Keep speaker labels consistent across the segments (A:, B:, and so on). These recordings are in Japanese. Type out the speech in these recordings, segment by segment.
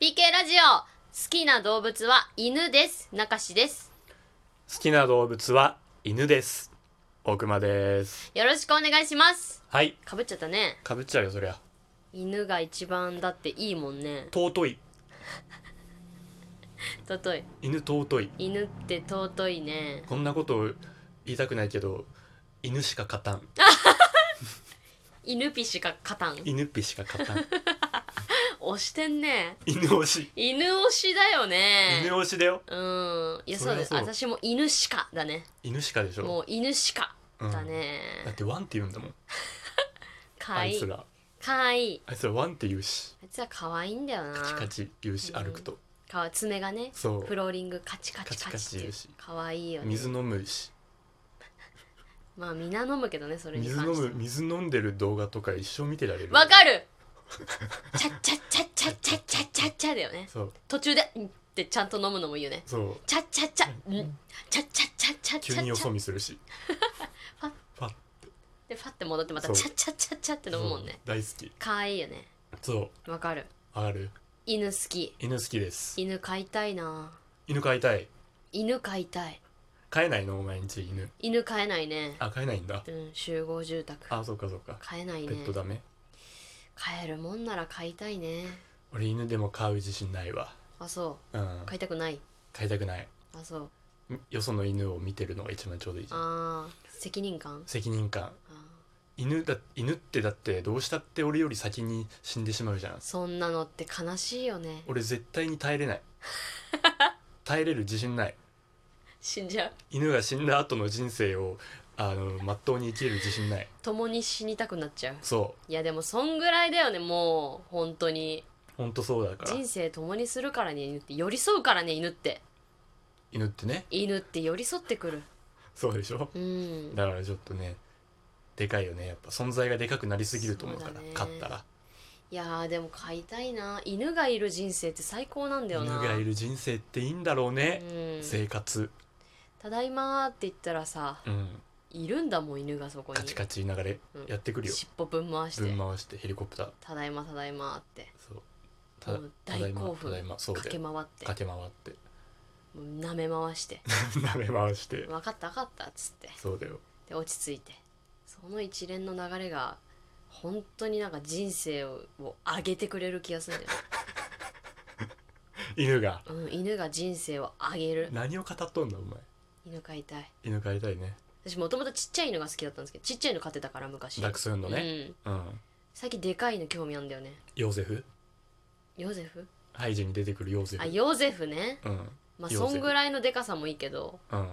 A: PK ラジオ好きな動物は犬です中志です
B: 好きな動物は犬です大熊です
A: よろしくお願いします
B: はい
A: かぶっちゃったね
B: かぶっちゃうよそりゃ
A: 犬が一番だっていいもんね
B: 尊い
A: 尊い
B: 犬尊い
A: 犬って尊いね
B: こんなことを言いたくないけど犬しか勝たん
A: 犬ピしか勝たん
B: 犬っぴしか勝たん
A: 押してんね
B: 犬推し
A: 犬推しだよ
B: 犬
A: ね
B: 推しだよ
A: うんいやそうです
B: そりゃそう
A: 私も犬しかだね
B: 犬しかでしょ
A: もう犬しか
B: うん
A: だね、
B: だってワンって言うんだもん
A: か
B: あ
A: わ
B: い
A: いい
B: つら
A: かわいい
B: あいつらワンって言うし
A: あいつはかわいいんだよな
B: カチカチ言うし
A: うん
B: 歩くと
A: かわ爪がね
B: そ
A: フ
B: う
A: ローリングカチカチカ
B: カチカ
A: チ
B: チ
A: っ
B: 言
A: て
B: うし
A: かわいいよね
B: 水飲むし
A: まあみんな飲むけどねそれに
B: 水
A: 関
B: 飲
A: して
B: む水飲んでる動画とか一生見てられる
A: わかるチャッチャッチャッチャッチャッチャッチャッチャだよね
B: そう
A: 途中で「ん」ってちゃんと飲むのもいいよね
B: そう
A: チャッチャッチャッんチャッチャッチャッチャッチャ
B: 急に
A: ッ
B: よ
A: チャ
B: そ
A: ッ
B: 見するし
A: ファッ
B: ファッ
A: でファッて戻ってまた
B: そう
A: チャッチャッチャッチャッって飲むもんね
B: そう大好き
A: かわいいよね
B: そう
A: わかる
B: わかる
A: 犬好き
B: 犬好きです
A: 犬飼いたいな
B: 犬飼いたい
A: 犬飼いたい
B: 飼えないのお前んち犬
A: 犬飼えないね
B: あ飼えないんだ
A: うん集合住宅
B: あそっかそっか
A: 飼えない
B: ペ
A: ね
B: ットダメ
A: 飼えるもんなら飼いたいね
B: 俺犬でも飼う自信ないわ
A: あそううん飼いたくない
B: 飼いたくない
A: あそうん
B: よその犬を見てるのが一番ちょうどいいじゃん
A: あー責任感
B: 責任感
A: あー
B: 犬だ犬ってだってどうしたって俺より先に死んでしまうじゃん
A: そんなのって悲しいよね
B: 俺絶対に耐えれない 耐えれる自信ない
A: 死んじゃう
B: 犬が死んだ後の人生をあのまっとうに生きれる自信ない
A: 共に死にたくなっちゃう
B: そ
A: いやでもそんぐらいだよねもう本当に
B: うほんとそうだから
A: 人生共にするからね犬って寄り添うからね犬って
B: 犬ってね
A: 犬って寄り添ってくる
B: そうでしょ
A: うん
B: だからちょっとねでかいよねやっぱ存在がでかくなりすぎると思うから
A: そうだね
B: 勝ったら
A: いやーでも飼いたいな犬がいる人生って最高なんだよ
B: 犬
A: な
B: がいる人生っていいんだろうね、
A: うん、
B: 生活
A: ただいまーって言ったらさ
B: うん
A: いるんだもん犬がそこに
B: カチカチ流れ
A: うん
B: やってくるよ、
A: 尻尾ぶん回して
B: ぶん回してヘリコプター
A: ただいまただいまーって
B: そうた
A: もう
B: ただ
A: 大
B: いま
A: 興
B: ただい
A: 奮
B: まそう
A: 駆
B: で
A: け回って
B: 駆け回って
A: もう舐め回して
B: 舐め回して
A: 分かった分かったっつって
B: そうだよ
A: で落ち着いてその一連の流れが本当になんか人生を上げてくれる気がするん だよ、
B: 犬が
A: うん、犬が人生を上げる
B: 何を語っとんだお前
A: 犬飼いたい
B: 犬飼いたいね
A: 私もともとちっちゃい犬が好きだったんですけどちっちゃい犬飼ってたから昔
B: ダックスフンドね
A: うん、
B: うん、
A: 最近でかい犬興味あんだよね
B: ヨーゼフ
A: ヨゼフ
B: ハイジに出てくるヨーゼフ
A: あヨゼフね
B: うん
A: まあ
B: ヨゼ
A: そ
B: フ
A: んぐらいのでかさもいいけど
B: うん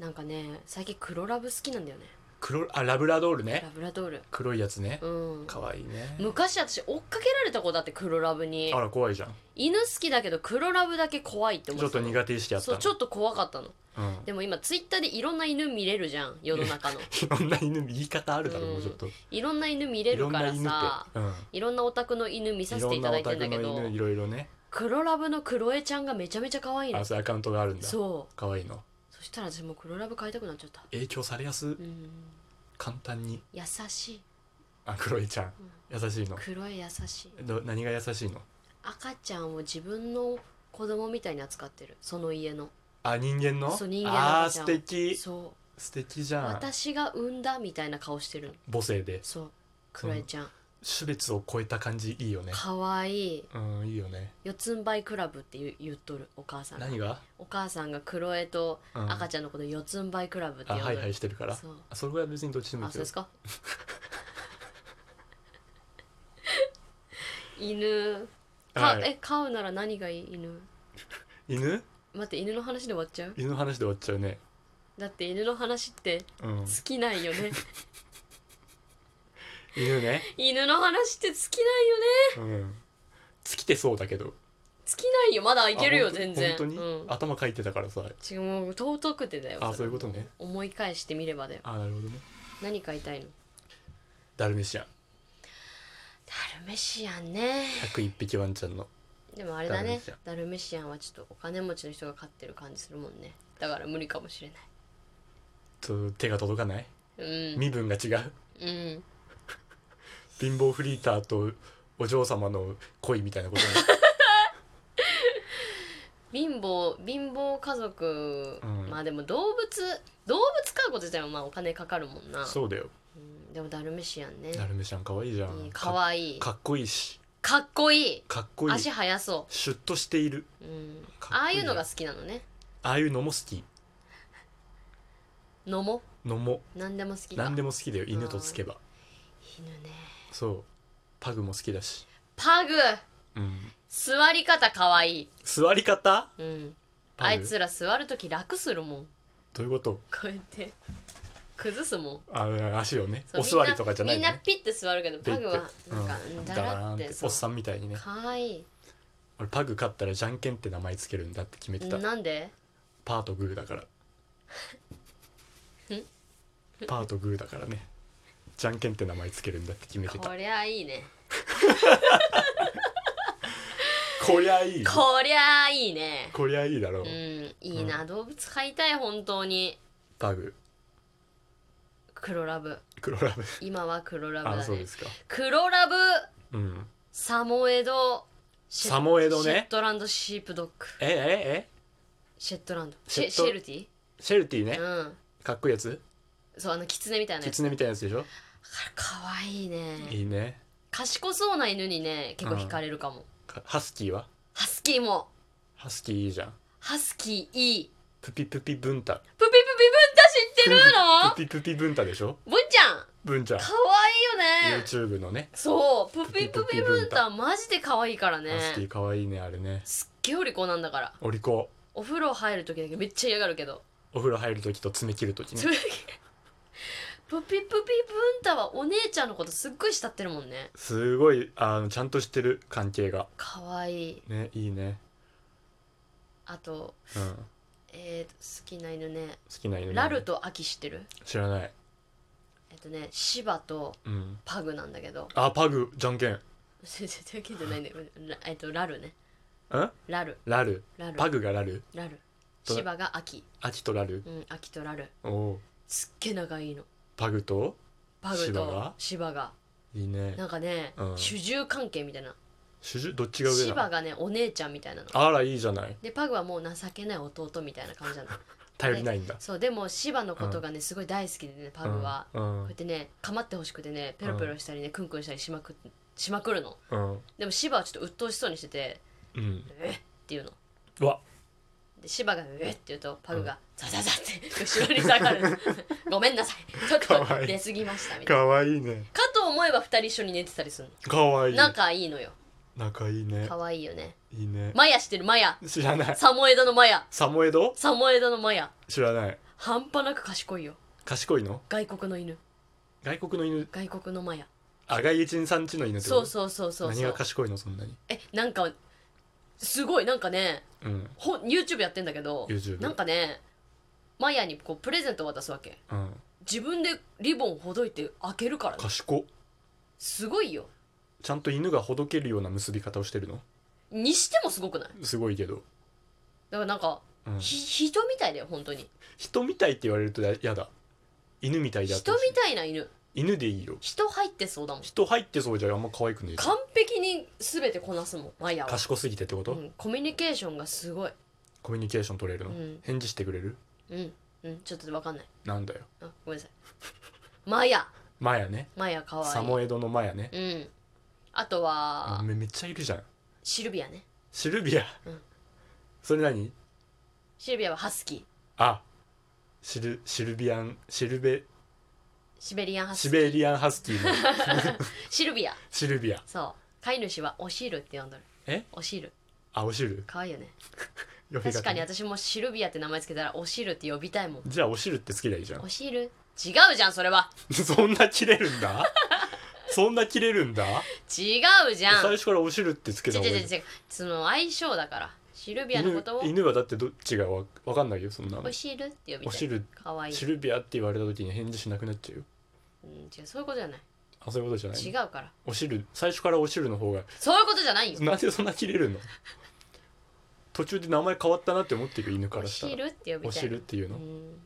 A: なんかね最近黒ラブ好きなんだよね
B: 黒あラブラドールね
A: ラブラドール
B: 黒いやつね
A: うん
B: 可愛いね
A: 昔私追っかけられた子だって黒ラブに
B: あら怖いじゃん
A: 犬好きだけど黒ラブだけ怖いって思っ
B: ちょ
A: て
B: ったと
A: の
B: 苦手意識あった
A: そう
B: の
A: ちょっと怖かったの
B: うん
A: でも今ツイッターでいろんな犬見れるじゃん世の 中の
B: いろんな犬言い方あるだろ
A: うん
B: もうちょっと
A: いろんな犬見れ
B: いろ
A: る
B: ん
A: か
B: な
A: ら
B: 犬って
A: さ
B: うん
A: いろんなお宅の犬見さ
B: い
A: せ
B: ろ
A: てい
B: ん
A: た
B: な
A: だ
B: お
A: いてんだ
B: 宅
A: け
B: の
A: ど
B: 犬いろいろね
A: 黒ラブのクロエちゃんがめちゃめちゃ可愛いの
B: あそういうアカウントがあるんだ
A: そう
B: 可愛いの
A: そしたら私もう黒ラブ飼いたくなっちゃった
B: 影響されやす
A: うん
B: 簡単に
A: 優しい
B: あ黒いちゃん優しいの
A: 黒エ優しい
B: ど何が優しいの
A: 赤ちゃんを自分の子供みたいに扱ってるその家の
B: あ人間の
A: そう人間の
B: あー
A: 赤ちゃん
B: 素敵
A: そ
B: 素敵じ
A: う
B: ゃん
A: 私が産んだみたいな顔してるの
B: 母性で
A: そうクロエちゃん
B: 種別を超えた感じいいよね
A: 可愛い
B: うんいいよね
A: 四つん這いクラブって言う言っとるお母さんが
B: 何が
A: お母さんがクロエと
B: うん
A: 赤ちゃんのこと四つん這いクラブって
B: あ
A: 呼ぶ、
B: はいはいしてるから
A: そう
B: あそれは別にどっちでもい
A: あ
B: い
A: そ
B: け
A: う
B: ど
A: ですか犬か、
B: はい
A: え飼うなら何がいい犬
B: 犬
A: 待って犬の話で終わっちゃう
B: 犬の話で終わっちゃうね
A: だって犬の話って
B: うん
A: 尽きない よね
B: 犬ね
A: 犬の話って尽きないよね
B: うん尽きてそうだけど
A: 尽きないよまだいける
B: あ
A: よ
B: ほんと
A: 全然
B: 本当に、
A: うん、
B: 頭かいてたからさ
A: 違うもう尊くてだよ
B: あ
A: れ
B: そういうことね
A: 思い返してみればだよ
B: あなるほどね
A: 何飼いたいの
B: ダルメシアン
A: ダルメシアンね
B: 101匹ワンちゃんの
A: でもあれだね
B: ダルメシアン
A: ダルメシアンはちょっとお金持ちの人が飼ってる感じするもんねだから無理かもしれない
B: と手が届かない
A: うん
B: 身分が違う
A: うん
B: 貧乏フリーターとお嬢様の恋みたいなことね
A: 貧乏貧乏家族、
B: うん
A: まあでも動物動物飼うこと自体はまあお金かかるもんな
B: そうだよ
A: うんでもダルメシアンね
B: ダルメシャン可愛いじゃん
A: いいかわいい
B: かっこいいし
A: かっこいい
B: かっこいい
A: 足速そ
B: シュッとしている
A: う、うん、
B: かっこいい
A: ああいうのが好きなのね
B: ああいうのも好き
A: のも
B: のも
A: 何でも好きだ
B: 何でも好きだよ犬とつけば
A: 犬ね
B: そうパグも好きだし、
A: パグ
B: うん、
A: 座り方かわいい、
B: 座り方
A: うん、
B: パグ
A: あいつら座る時楽するもん
B: どういうこと
A: こうやって崩すもん
B: あ足をね
A: そう
B: お座りとかじゃない
A: み
B: の
A: んなみん
B: ね
A: なピッて座るけどパグは
B: ピッて
A: なんか
B: うん
A: だ
B: ダラ
A: ら
B: ーン
A: っ
B: ってて
A: そ
B: お
A: う
B: っさんみたいにね
A: かわいい
B: 俺パグ勝ったらじゃんけんって名前つけるんだって決めてた
A: なんで
B: パーとグー だからパーとグーだからねじゃんけんって名前つけるんだって決めてた
A: こりゃいいね
B: こりゃいい
A: こりゃいいね
B: こりゃいいだろう、
A: うんいいな、動物飼いたい本当に
B: パグ
A: 黒ラブ
B: 黒ラブ
A: 今は黒ラブだ
B: あ
A: ね
B: そうですか
A: 黒ラブ
B: うん
A: サモエドシェ
B: サモエド
A: シェ
B: ね
A: ットランドシープドッグ
B: ええええ
A: シェットランド
B: シ
A: シ
B: ェ
A: ェ
B: ット
A: シェルティ
B: シェルティね
A: うん
B: かっこいいやつ
A: そうあのキツネみたいな
B: キ
A: やつ
B: ツネみたいなやつでしょ
A: かわいいね
B: いいね
A: 賢そうな犬にね結構惹かれるかも、
B: かハスキーは
A: ハスキーも
B: ハスキーいいじゃん
A: ハスキーいい
B: プピプピブンタ
A: プピプピブンタ知ってるの
B: プピプピブンタでしょ
A: ブンちゃん
B: ブンちゃん
A: かわいいよね
B: YouTube のね
A: そうプピプピブンタマジでかわいいからね
B: ハスキーかわいいねあれね
A: すっげえお利口なんだから
B: お利口
A: お風呂入る時だけめっちゃ嫌がるけど
B: お風呂入る時と爪切る 時
A: そ
B: ね
A: れだけプピプピブンタはお姉ちゃんのことすっごい慕ってるもんね
B: すごいあのちゃんとしてる関係が
A: かわいい
B: ねいいね
A: あと
B: うん好
A: えー、好きな犬ね
B: きな犬
A: ラルとアキ知ってる
B: 知らない
A: えっとねシバと
B: うん
A: パグなんだけど
B: あパグじゃんけんん
A: 全然聞いてないんだけどラえっとラルねラル
B: ラル
A: ラル
B: パグがラル
A: ラル
B: と
A: 千葉が秋
B: 秋とラル
A: うん秋とラル
B: おおう
A: すっげえ仲いいの
B: パグと
A: パグ
B: 千葉が
A: と芝が
B: いいね
A: なんかね、
B: うん
A: 主従関係みたいな
B: 主従どっちが上
A: 芝
B: なの
A: がねお姉ちゃんみたいなの
B: あらいいじゃない
A: でパグはもう情けない弟みたいな感じ なの
B: 頼りないんだ
A: そうでも芝のことがねすごい大好きでねパグは、
B: うん
A: こうやってね構ってほしくてねペロペロしたりね、クンクンしたりしまくしまくるの
B: うん
A: でも芝はちょっと鬱陶しそうにしてて
B: うん
A: 「えっ!」っていうの
B: うわ
A: で芝が「えっ!」って言うとパグが「ザザザ」って後ろに下が るごめんなさいちょっ
B: かわ
A: と
B: いい
A: 出過ぎましたみたいな
B: かわいいね
A: かと思えば二人一緒に寝てたりするの
B: かわいい
A: 仲いいのよ
B: 仲いいね
A: 可愛いよね
B: いいね
A: マヤしてるマヤ
B: 知らない
A: サモエドのマヤ
B: サモエド
A: サモエドのマヤ
B: 知らない
A: 半端なく賢いよ
B: 賢いの
A: 外国の犬
B: 外国の犬
A: 外国のマヤ
B: あ外一人さんちの犬ってこ
A: そう
B: と
A: そうそうそう
B: 何
A: そ
B: が
A: う
B: 賢いのそんなに
A: えなんかすごいなんかね
B: うん
A: ほ YouTube やってんだけど
B: YouTube
A: なんかねマヤにこうプレゼントを渡すわけ
B: うん
A: 自分でリボンほどいて開けるからね
B: 賢っ
A: すごいよ
B: ちゃんと犬がほどけるような結び方をしてるの
A: にしてもすごくない
B: すごいけど、
A: だからなんか、
B: うん、
A: ひ人みたいだよ本当に
B: 人みたいって言われるとややだ犬みたいであって
A: 人
B: ほ
A: み
B: しい
A: たいな犬
B: 犬でいいよ
A: 人入ってそうだもん
B: 人入ってそうじゃあんま可愛くねえじゃ
A: 完
B: ん
A: 璧に全てこなすもんマヤは、
B: 賢すぎてってこ
A: う
B: と、
A: ん、コミュニケーションがすごい
B: コミュニケーション取れるの、
A: うん
B: 返事してくれる
A: うんうんちょっとわかんない
B: なんだよ
A: あごめんなさいマヤ
B: マヤね
A: マヤかわいい
B: サモエドのマヤね
A: うんあとは
B: めめっちゃいるじゃん
A: シルビアね
B: シルビア、
A: うん
B: それ何
A: シルビアはハスキー
B: あシルシルビアンシルベ
A: シベリアンハス
B: シ
A: キー
B: ベリアンハスキ ーの
A: シルビア
B: シルビア
A: そう飼い主はおシールって呼んどる
B: え
A: おシール
B: あおしる
A: かわいいよね
B: 呼び
A: 確か
B: 方
A: に
B: ね
A: 私もシルビアって名前つけたらおシールって呼びたいもん
B: じゃあおしるって好きだいいじゃん
A: おシール違うじゃんそれは
B: そんな切れる んだそんな切れるんだ
A: 違うじゃん
B: 最初からおしるってつけ
A: 違
B: た
A: う
B: 方が
A: 違う
B: いい
A: 違うその相性だからシルビアの
B: 犬
A: ことを
B: 犬はだってどっちがわわかんないよそんなの
A: おシールって呼び
B: お
A: た
B: し
A: い
B: る
A: かわいい
B: シルビアって言われた時に返事しなくなっちゃうよ
A: うん違うそういうことじゃない
B: あそういうことじゃない
A: 違う
B: の
A: から
B: おしる最初からおしるの方が
A: そういうことじゃないよ
B: なんでそんな切れ るの途中で名前変わったなって思ってる犬か
A: お
B: らした
A: シー
B: ら
A: ルって呼び
B: お
A: た
B: し
A: い
B: るっていう
A: う
B: の
A: ん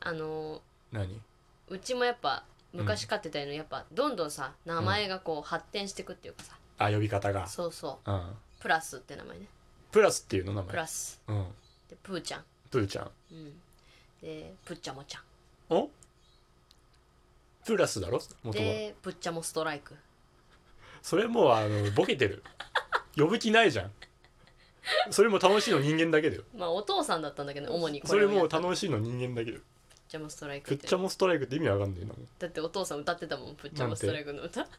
A: あのー
B: 何
A: うちもやっぱ昔飼ってた犬やっぱどんどんさ名前がこう発展してくっていうかさ、
B: あ呼び方が
A: そうそう
B: うん
A: プラスって名前ね
B: プラスっていうの名
A: プ
B: 前
A: ラス
B: うん
A: でプーちゃん、
B: プーちゃん
A: うん、でプッチャモちゃん
B: おプラスだろ元は
A: でプッチャモストライク
B: それもうあのボケて る呼ぶ気ないじゃんそれも楽しいの人間だけだよ
A: まあお父さんだったんだけど主にこ
B: そ
A: れ
B: れ
A: をや
B: も
A: っ
B: う
A: た
B: 楽しいの人間だけだよ
A: プッチャモストライク
B: く
A: っ
B: ってちゃもストライクって意味わかんねえな
A: だってお父さん歌ってたもんプッチャモストライクの歌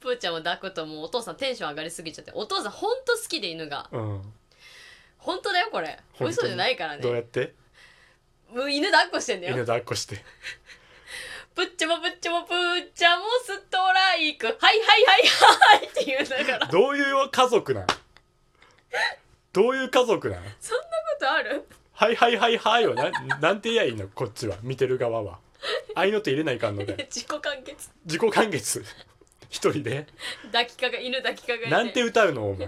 A: プーちゃんを抱くともうお父さんテンション上がりすぎちゃってお父さんほんと好きで犬が
B: うん
A: ほんとだよこれ
B: 本当に
A: 嘘じゃないから
B: どうや
A: ね
B: って
A: もう犬抱っこしてんだ
B: 犬
A: よ
B: 抱っこして
A: プッチャモプッチャモプーちゃモストライクはいはいはいはいって言うん だから
B: どういう家族なんどういう家 族なん
A: そんなことある
B: はいはいはいはいはななんて言えばいいのこっちは見てる側はあいの手入れないかんので
A: 自己完結
B: 自己完結 一人で
A: 抱きかが犬抱きかがりで
B: なんて歌うのお前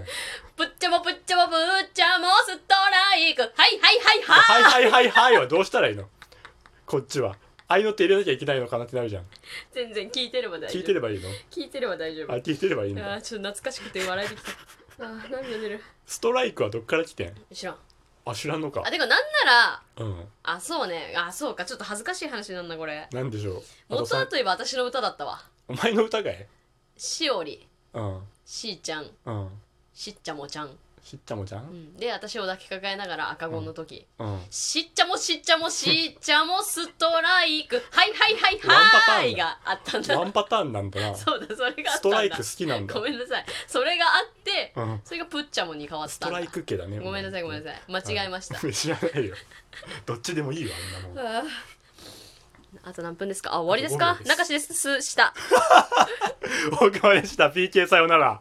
A: プッチャモプッチャモプーちゃモストライクはいはいはいはい
B: はいはいはいはいはどうしたらいいのこっちはあいの手入れなきゃいけないのかなってなるじゃん
A: 全然聞いてれば大丈
B: 聞い
A: 夫
B: てればいいの
A: 聞いてれば大丈夫
B: あ聞いてればいいん
A: あ
B: だ
A: ーちょっと懐かしくて笑えてきた あー涙出る
B: ストライクはどっから来てん
A: 知らん
B: あ知らんのか
A: あてかなんなら
B: うん
A: あそうねあそうかちょっと恥ずかしい話なんだこれ
B: なんでしょうあと
A: 元
B: さ
A: はといえば私の歌だったわ
B: お前の歌かい
A: しおり
B: うん
A: しーちゃん
B: うん
A: しっちゃもちゃん、
B: しっちゃもちゃ
A: うんん、で私を抱きかかえながら赤子の時、
B: うんワン
A: しっちゃもしっちゃもしっちゃもストライクはいはいはいはーいがあったんだ
B: パターンなんだな
A: そうだそれがあったんだ
B: ストライク好きなんだ
A: ごめんなさいそれがあって
B: うん
A: それがプッチャモに変わっ
B: ス
A: た
B: ト
A: んだ
B: ライク系だね
A: ごめんなさいごめんなさい間違えました、
B: い知らないよどっちでもいいよあんなもん
A: ああと何分ですかあ終わりです
B: あ
A: か
B: と五秒
A: 中
B: です
A: 志ですすした
B: お疲れ様でした PK さようなら